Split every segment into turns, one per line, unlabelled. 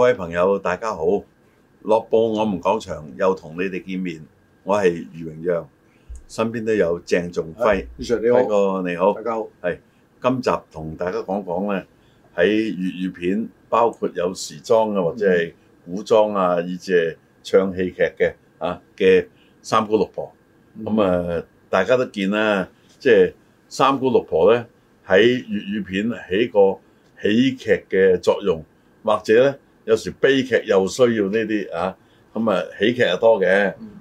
位朋友，大家好！樂報我們講場又同你哋見面，我係余榮陽，身邊都有鄭仲輝。
主席你
輝
好，
哥你好
大，家好。
今集同大家講講咧喺粵語片，包括有時裝啊，或者係古裝啊，以至係唱戲劇嘅啊嘅三姑六婆。咁
啊，
啊，大家都見啦，即係三姑六婆咧喺粵語片起個喜劇嘅作用，或者咧有時悲劇又需要呢啲啊，咁啊喜劇又多嘅，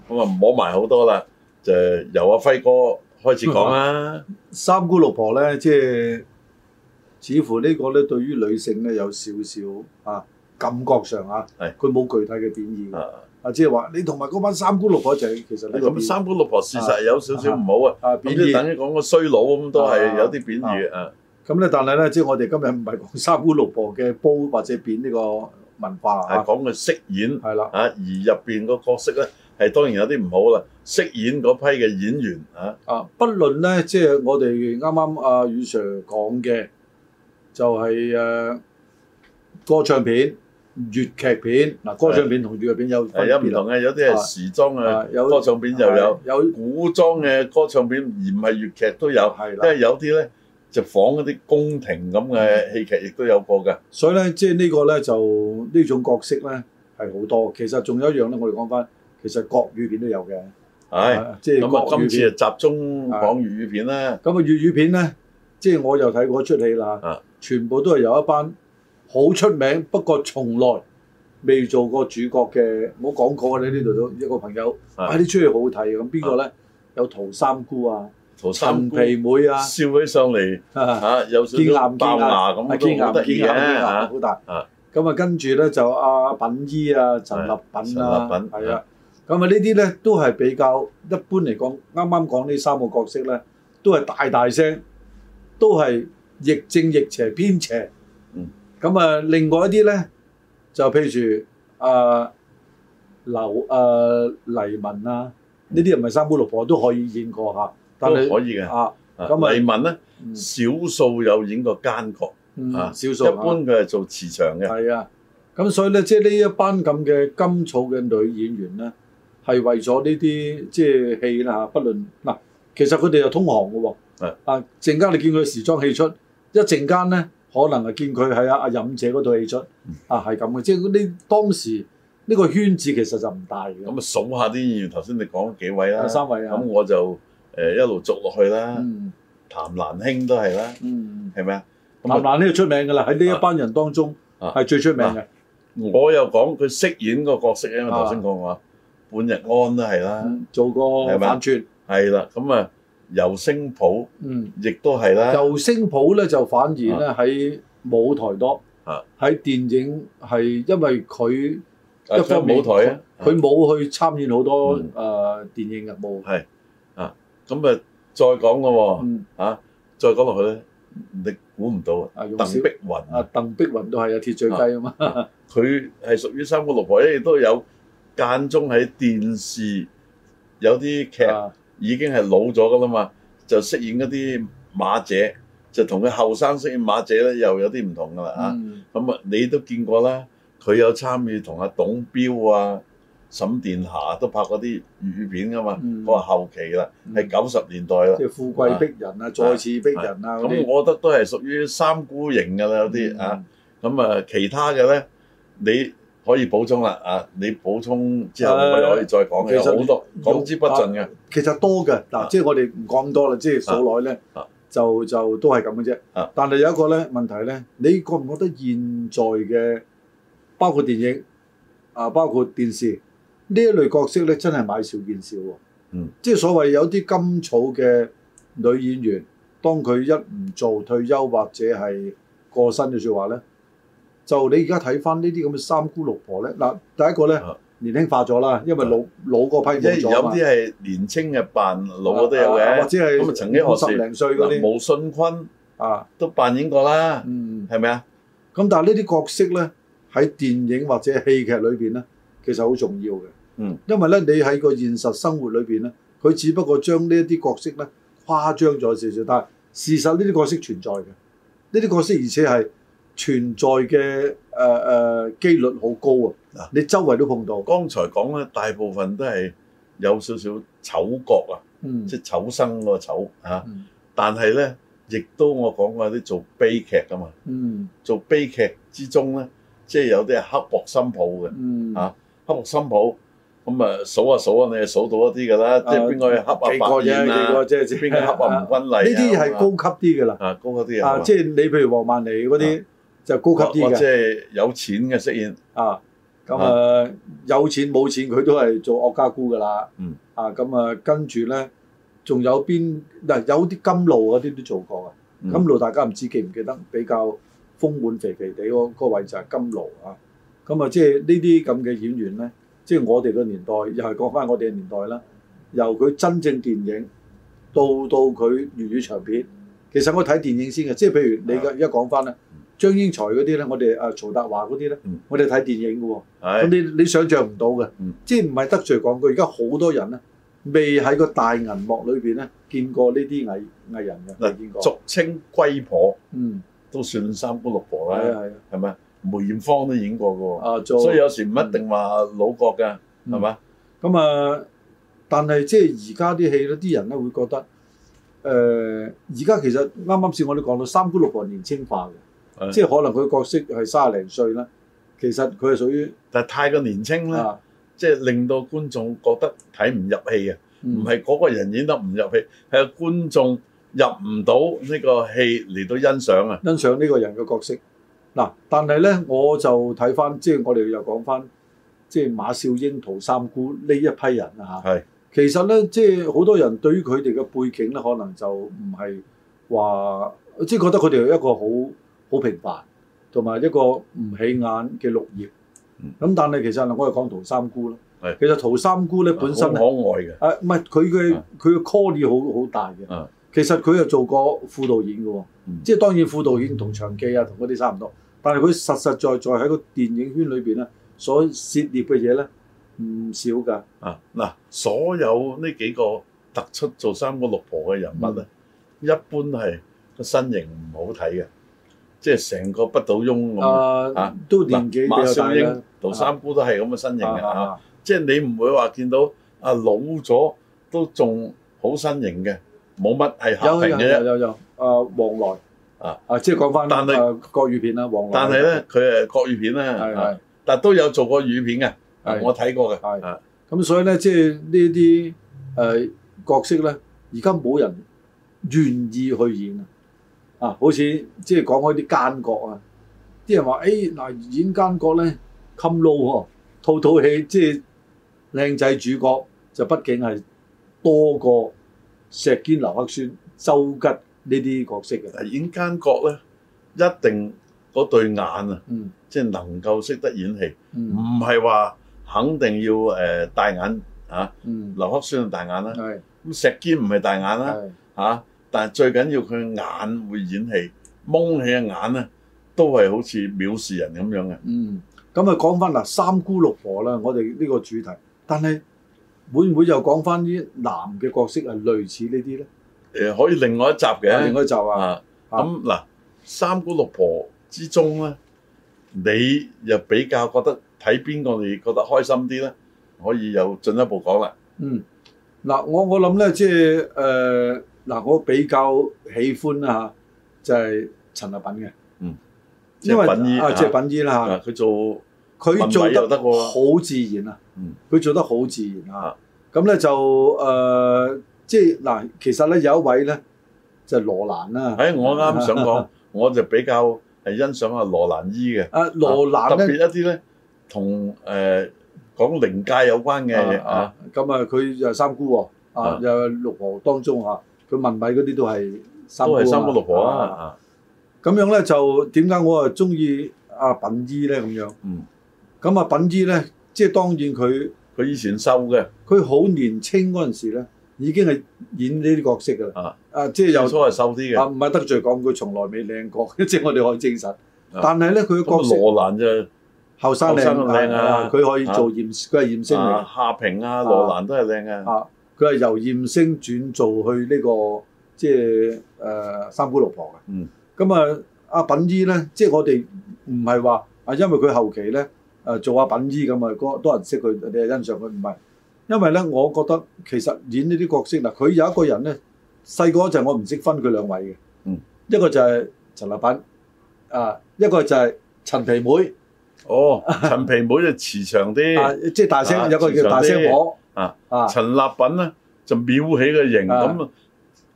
咁啊唔好埋好多啦，就由阿輝哥開始講啦。
三姑六婆咧，即係似乎呢個咧，對於女性咧有少少啊感覺上啊，
係
佢冇具體嘅貶義嘅
啊，
啊，即係話你同埋嗰班三姑六婆就係其實呢個
咁
貶
三姑六婆事實有少少唔好啊，
啊貶
咁即
義
等於講個衰佬咁，都係有啲貶義嘅啊。
咁咧，但係咧，即係我哋今日唔係講三姑六婆嘅褒或者貶呢個文化
係
啊，
講佢飾演
係啦，
啊，而入邊個角色咧係當然有啲唔好啦，飾演嗰批嘅演員啊，
啊，不論咧，即係我哋啱啱阿雨 Sir 講嘅，就係誒歌唱片、粵劇片嗱，歌唱片同粵劇片有分
係有唔
別啦
同嘅，有啲係
啊
時裝嘅
啊，有
歌唱片又有，
有
古裝嘅歌唱片，而唔係粵劇都有，
係
因
啦，
為有啲咧就仿嗰啲宮廷咁
嗯
嘅戲劇，亦都有過嘅。
所以咧，即係呢個咧就呢種角色咧係好多。其實仲有一樣咧，我哋講翻，其實國語片都有嘅，
唉，
啊即係
咁啊，
國
今
語
次就
片。
集中講粵語片啦，
咁啊，粵語片咧，即係我又睇過一出戲
啊
啦，全部都係由一班好出名，不過從來未做過主角嘅。我講過咧，呢度都一個朋友，
啊
啊呢出戲好好睇，咁邊個咧？有陶三姑啊，
陶三
陳
姑
皮妹啊，
笑起上嚟嚇，有少
見
少
岩見
爆牙
牙
咁都好得意嘅嚇。
好大
啊。
咁啊，跟住咧就阿品姨啊、陳立
陳立
品啊，
品
係啊。咁啊，呢啲咧都係比較一般嚟講，啱啱講呢三個角色咧，都係大大聲，都係亦正亦邪偏邪
嗯。
咁啊，另外一啲咧就譬如啊劉啊黎文啊，呢啲唔係三姑六婆都可以演過下，但
都
係
可以嘅。
啊，咁
啊
啊
黎文咧，
嗯
少數有演過奸角。
嗯
啊
少數
一
啊
般佢係做慈祥嘅，
係啊，咁所以咧，即係呢一班咁嘅甘草嘅女演員咧，係為咗呢啲即係戲啦嚇，不論嗱，其實佢哋又通行嘅
係
喎。啊，陣間你見佢時裝戲出，一陣間咧可能係見佢喺阿阿飲姐嗰套戲出，
嗯
啊係咁嘅，即係呢當時呢個圈子其實就唔大嘅。
咁啊數下啲演員，頭先你講咗幾位啦
有，三位啊
咁，我就誒一路逐落去啦，
嗯
譚蘭卿都係啦，
嗯，
係咪啊？咁
藍
啊，
蘭呢個出名㗎啦，喺呢一班人當中
啊
係最出名嘅。
我又講佢飾演個角色，因為頭先講話半日安都係啦，
嗯做過
啊係嘛
反串，
係啦，咁啊尤星普
嗯。
亦都係啦，
尤星普咧就反而咧喺舞台多，
啊
喺電影係因為佢
啊
一方面
舞台啊，
佢冇去參演好多誒
嗯
電影嘅冇，
係啊，咁啊再講咯
嗯
喎，啊再講落去咧，你估唔到啊，
啊用
鄧
小
碧雲啊
啊鄧碧雲都係啊鐵嘴雞啊嘛，
佢係屬於三個六婆，因為都有間中喺電視有啲劇
啊
已經係老咗噶啦嘛，就飾演嗰啲馬姐，就同佢後生飾演馬姐咧又有啲唔同噶啦啊！
嗯
咁啊、你都見過啦，佢有參與同阿董彪啊、沈殿霞都拍嗰啲粵語片噶嘛，
嗯
嗰個後期啦，係九十年代啦
即。係富貴逼人啊，再次逼人啊嗰
咁
啲
我覺得都係屬於三姑型噶啦有
嗯
啲啊。，咁啊，其他嘅咧，你可以補充啦啊！你補充之後，
誒
我哋可以再講嘅，
其實
有好多講之不盡嘅
啊。其實多嘅
啊
嗱，即係我哋唔講咁多啦，即係數來咧
啊
就就都係咁嘅啫
啊。
但係有一個咧問題咧，你覺唔覺得現在嘅包括電影啊，包括電視呢一類角色咧，真係買少見少喎。
嗯，
即係所謂有啲甘草嘅女演員，當佢一唔做退休或者係過身嘅説話咧，就你而家睇翻呢啲咁嘅三姑六婆咧，嗱第一個咧
啊
年輕化咗啦，因為老老嗰批
即係
冇咗
有
啊嘛
啲係年青嘅扮老嘅都有
啊啊或
嘅。
者係
咁啊曾經學士
五十零歲嗰
嗱，
啲
毛信坤
啊，
都扮演過啦，
嗯，
係咪啊？
咁但係呢啲角色咧喺電影或者戲劇裏邊咧，其實好重要嘅，
嗯，
因為咧你喺個現實生活裏邊咧，佢只不過將呢一啲角色咧誇張咗少少，但係事實呢啲角色存在嘅，呢啲角色而且係存在嘅誒誒機率好高啊
嗱！
你周圍都碰到，
剛才講咧，大部分都係有少少醜角啊，
嗯，
即係醜生嗰個醜啊
嗯
但係咧，亦都我講過有啲做悲劇噶嘛，
嗯
做悲劇之中咧，即係有啲係刻薄心抱嘅，
嗯
啊刻薄心抱。咁啊，數下數下，你就數到一啲㗎啦，即係邊個係恰
啊幾個
阿白
啫，
燕
幾
啊
個，啫，即
邊個 恰阿吳君麗啊
呢啲係
咁啊
高級啲嘅啦。
啊高嗰啲
啊，
啊，
即係你譬如黃曼梨嗰啲就高級啲
或者
嘅
係有錢嘅飾演，
啊。咁啊，有錢冇錢佢都係做惡家姑㗎啦。
嗯。
啊，咁啊，跟住咧，仲有邊嗱有啲甘露嗰啲都做過啊。
嗯
甘露大家唔知記唔記得？比較豐滿肥肥地嗰嗰位就係甘露啊。咁啊，即係呢啲咁嘅演員咧，即係我哋嘅年代，又係講翻我哋嘅年代啦。由佢真正電影到到佢粵語長片，其實我睇電影先嘅，即係譬
啊
如你嘅而家講翻咧，張英才嗰啲咧，我哋啊曹達華嗰啲咧
嗯，
我哋睇電影嘅喎，
係
咁你你想象唔到嘅
嗯，
即係唔係得罪廣告，而家好多人咧未喺個大銀幕裏邊咧見過呢啲藝藝人嘅，未見過，
俗稱龜婆
嗯，
都算三姑六婆
係
啦，
啊係啊，
係咪？梅艷芳都演過嘅喎，
啊做，
所以有時唔一定話老角㗎，
嗯
係嘛？
咁啊，但係即係而家啲戲咧，啲人咧會覺得，誒、呃而家其實啱啱先我哋講到三姑六婆年青化嘅，
係
即係可能佢角色係三十零歲啦，其實佢係屬於
但係太過年青咧，
啊，
即係令到觀眾覺得睇唔入戲啊！唔
唔
係嗰個人演得唔入戲，係觀眾入唔到呢個戲嚟到欣賞啊！
欣賞呢個人嘅角色。嗱，但係咧，我就睇翻，即係我哋又講翻，即係馬少英、陶三姑呢一批人啊嚇。
係
其實咧，即係好多人對於佢哋嘅背景咧，可能就唔係話，即係覺得佢哋係一個好好平凡，同埋一個唔起眼嘅綠葉。咁、
嗯
但係其實嗱我哋講陶三姑啦
係，啊
其實陶三姑咧本身
好
呢
可愛嘅，
呃誒唔係佢嘅
啊
佢嘅 call 力好好大嘅。
啊
其實佢又做過副導演嘅喎，
嗯
即係當然副導演同長記啊同嗰啲差唔多，但係佢實實在在喺個電影圈裏邊咧，所涉獵嘅嘢咧唔少㗎。
啊嗱，所有呢幾個突出做三個六婆嘅人物咧，
嗯
一般係個身形唔好睇嘅，即係成個不倒翁咁啊。
啊，
啊
都
嗱
年紀
馬
比較
少
大啦
英、陶三姑都係咁嘅身形
啊
嘅
啊
啊，
啊
即係你唔會話見到啊老咗都仲好身形嘅，冇乜係
有
合
有
平嘅
有
啫。
有有，啊黃來
啊
啊，即係講翻
但係
啊國語片啦，黃來。
但係咧，佢係國語片
係
啦啊
係，
但都有做過語片嘅，啊
係
我睇過
係
嘅。啊
咁所以咧，即係呢啲誒角色咧，而家冇人願意去演啊！啊，好似即係講開啲奸角啊，啲人話：，誒、嗱，演奸角咧襟撈喎，套套戲即係靚仔主角，就畢竟係多過石堅、劉克宣、周吉呢啲角色嘅。
嗱演奸角咧，一定嗰對眼啊，
嗯
即係能夠識得演戲，
嗯
唔係話肯定要誒大眼啊。
嗯，
劉克宣係大眼啦，
係
咁石堅唔係大眼啦。
係
嚇、但係最緊要佢眼會演戲，蒙起嘅眼咧都係好似藐視人咁樣嘅。
嗯，咁啊講翻嗱三姑六婆啦，我哋呢個主題，但係會唔會又講翻啲男嘅角色係類似呢啲咧？
誒、可以另外一集嘅，
另外一集啊，
啊，咁嗱、三姑六婆之中咧，你又比較覺得睇邊個你覺得開心啲咧？可以有進一步講啦。
嗯，嗱我我諗咧，即係誒嗱，我比較喜歡啦嚇，就係陳立品嘅，
嗯，
因為
謝品衣
啊，
啊
謝品衣啦嚇
啊，，佢做
佢
品
做
味又得
得
喎
好自然啊
嗯！
佢做得好自然啊
啊！
咁咧就誒、呃即係嗱，其實咧有一位咧就係羅蘭啊啦。
喺、哎我啱想 講，我就比較係欣賞阿羅蘭姨嘅，
啊，羅
特
蘭
別
咧
一啲咧同誒講靈界有關嘅嘢啊
啊，咁啊佢又係三姑喎，啊
啊
又係六婆當中啊，佢問米嗰啲都係三姑
都
啊
係
嘛
三姑六婆啦。。啊
咁樣咧就點解我啊中意阿品姨咧咁樣？
嗯，
咁啊品姨咧，即係當然佢
佢以前收嘅，
佢好年青嗰陣時咧，已經係演呢啲角色㗎啦
啊。
啊，即係
最
又
初係收啲
啊
嘅。
唔係得罪講，佢從來未靚過， 即係我哋可以證實。
啊
但係咧，佢嘅角
咁
色
羅蘭就
後生
後生
靚
都靚啊
啊，佢可以做艷，佢係艷星嚟嘅
啊。夏萍啊、羅蘭都係靚嘅。
啊，佢係由艷星轉做去呢、個即係誒、呃三姑六婆嘅。
嗯。
咁啊，阿品姨咧，即係我哋唔係話啊，因為佢後期咧誒、呃做阿品姨咁啊，多多人識佢，你係欣賞佢，唔係。因為咧，我覺得其實演呢啲角色嗱，佢有一個人咧，細個嗰陣我唔識分佢兩位嘅，
嗯，
一個就係陳立品，啊，一個就係陳皮妹，
哦，陳皮妹就慈祥
啊
啲，，
即係大聲，
啊
有個叫大聲婆，
啊
啊，
陳立品咧就秒起個型
啊
咁。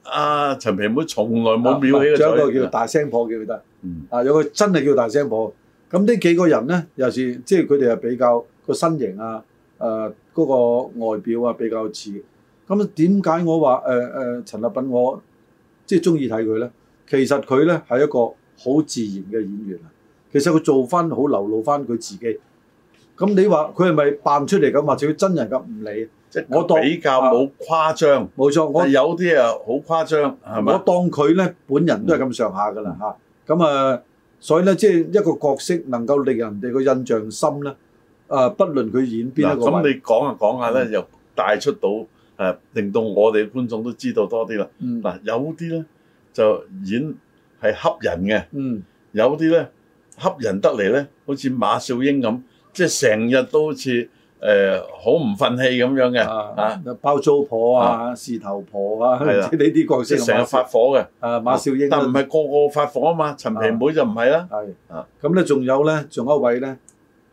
啊，陳皮妹從來冇秒起
仲
個
有一個叫
嘴。啊
大聲婆，記唔記得？
嗯
啊，有個真係叫大聲婆。咁呢幾個人咧，又是即係佢哋係比較個身形啊，誒、嗰、個外表啊比較似。咁點解我話誒誒陳立品我即係中意睇佢咧？其實佢咧係一個好自然嘅演員啊。其實佢做翻好流露翻佢自己。咁你話佢係咪扮出嚟咁，或者佢真人咁唔理？
即係
我當
比較冇誇張，
冇錯，我
但有啲啊好誇張，係
我
咪？
當佢咧本人都係咁上下噶啦嚇。咁啊，所以咧即係一個角色能夠令人哋個印象深咧，啊，不論佢演邊
嗱，
一個
咁
位，嗯
你講下講下咧，又帶出到誒，令到我哋觀眾都知道多啲啦。
嗯
嗱，有啲咧就演係恰人嘅，
嗯
有啲咧恰人得嚟咧，好似馬少英咁，即係成日都好似誒好唔憤氣咁樣嘅，
啊
啊，
包租婆啊、事頭婆啊，
係啦
即係呢啲角
即
色
係成日發火嘅。
啊馬少英
但
啦
唔係個個發火啊嘛，陳皮妹就唔係啦。
係
啊
咁咧，仲有咧，仲有一位咧，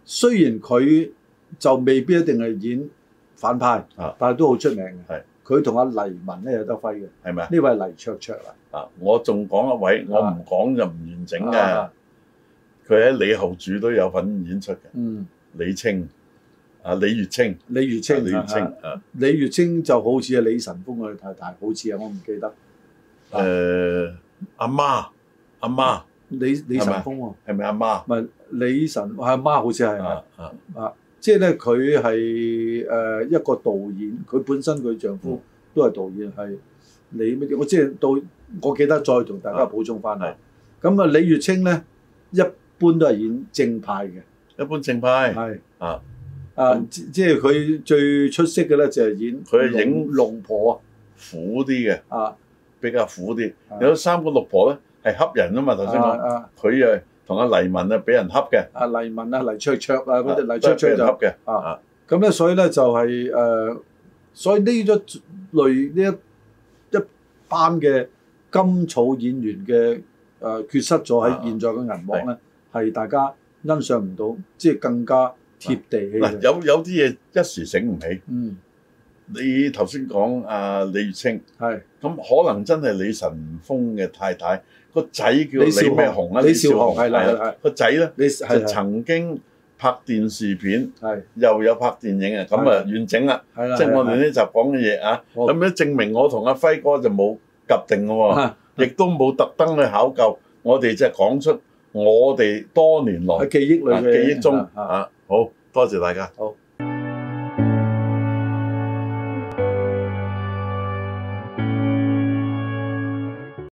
雖然佢就未必一定係演反派
啊，
但係都好出名嘅。
係
佢同阿黎文咧有得揮嘅，
係咪啊？
呢位係黎卓卓啊，
啊，我仲講一位，我唔講就唔完整嘅
啊。
佢喺李後主都有份演出嘅，
嗯，
李清啊，李月清，
李月清，
李月清
啊
啊。
李月清就好似係李晨風嘅太太，好似啊，我唔記得。啊
誒阿媽，阿媽
李李晨風喎，唔
係咪阿媽？
係李晨，阿媽好似係啊，
啊啊
即係咧佢係誒一個導演，佢本身佢丈
嗯
夫都係導演，係李乜嘢？我即係到我記得再同大家補充翻
嗯係
嚟。咁啊，李月清咧一般都係演正派嘅，
一般正派
係
啊，
啊，即即係佢最出色嘅咧就係演
佢係影
龍龍婆
苦啲嘅，
啊，
比較苦啲
啊。
有三個六婆咧係恰人啊嘛，頭先
啊
講
啊
佢誒同阿黎文啊俾人恰嘅，
啊黎文啊黎卓卓啊嗰啲
啊
黎卓
都係俾
卓
人
就
恰。嘅。
啊
啊，
咁咧，所以咧就係、呃所以呢一類呢一一班嘅甘草演員嘅誒、呃、缺失咗喺
啊
現在嘅銀幕咧，係、大家欣賞唔到，即係更加貼地氣
嗱
嘅。
有有啲嘢一時醒唔起。
嗯，
你頭先講啊李月清，
係
咁可能真係李晨風嘅太太個仔叫
李少
李
雄
咩紅啊？
李少雄係啦係
係
啦係
啦，個仔咧
你
就
係係
曾經拍電視片。
係
又有拍電影啊，咁啊完整啦，
係啦，
即係我哋
呢
呢集講嘅嘢啊，
好
咁樣證明我同阿輝哥就冇夾定嘅
啊
喎，亦都冇特登去考究，我哋就係講出我哋多年來
喺記憶裏
啊記
嘅
憶中
啊啊
啊，好多謝大家。
好。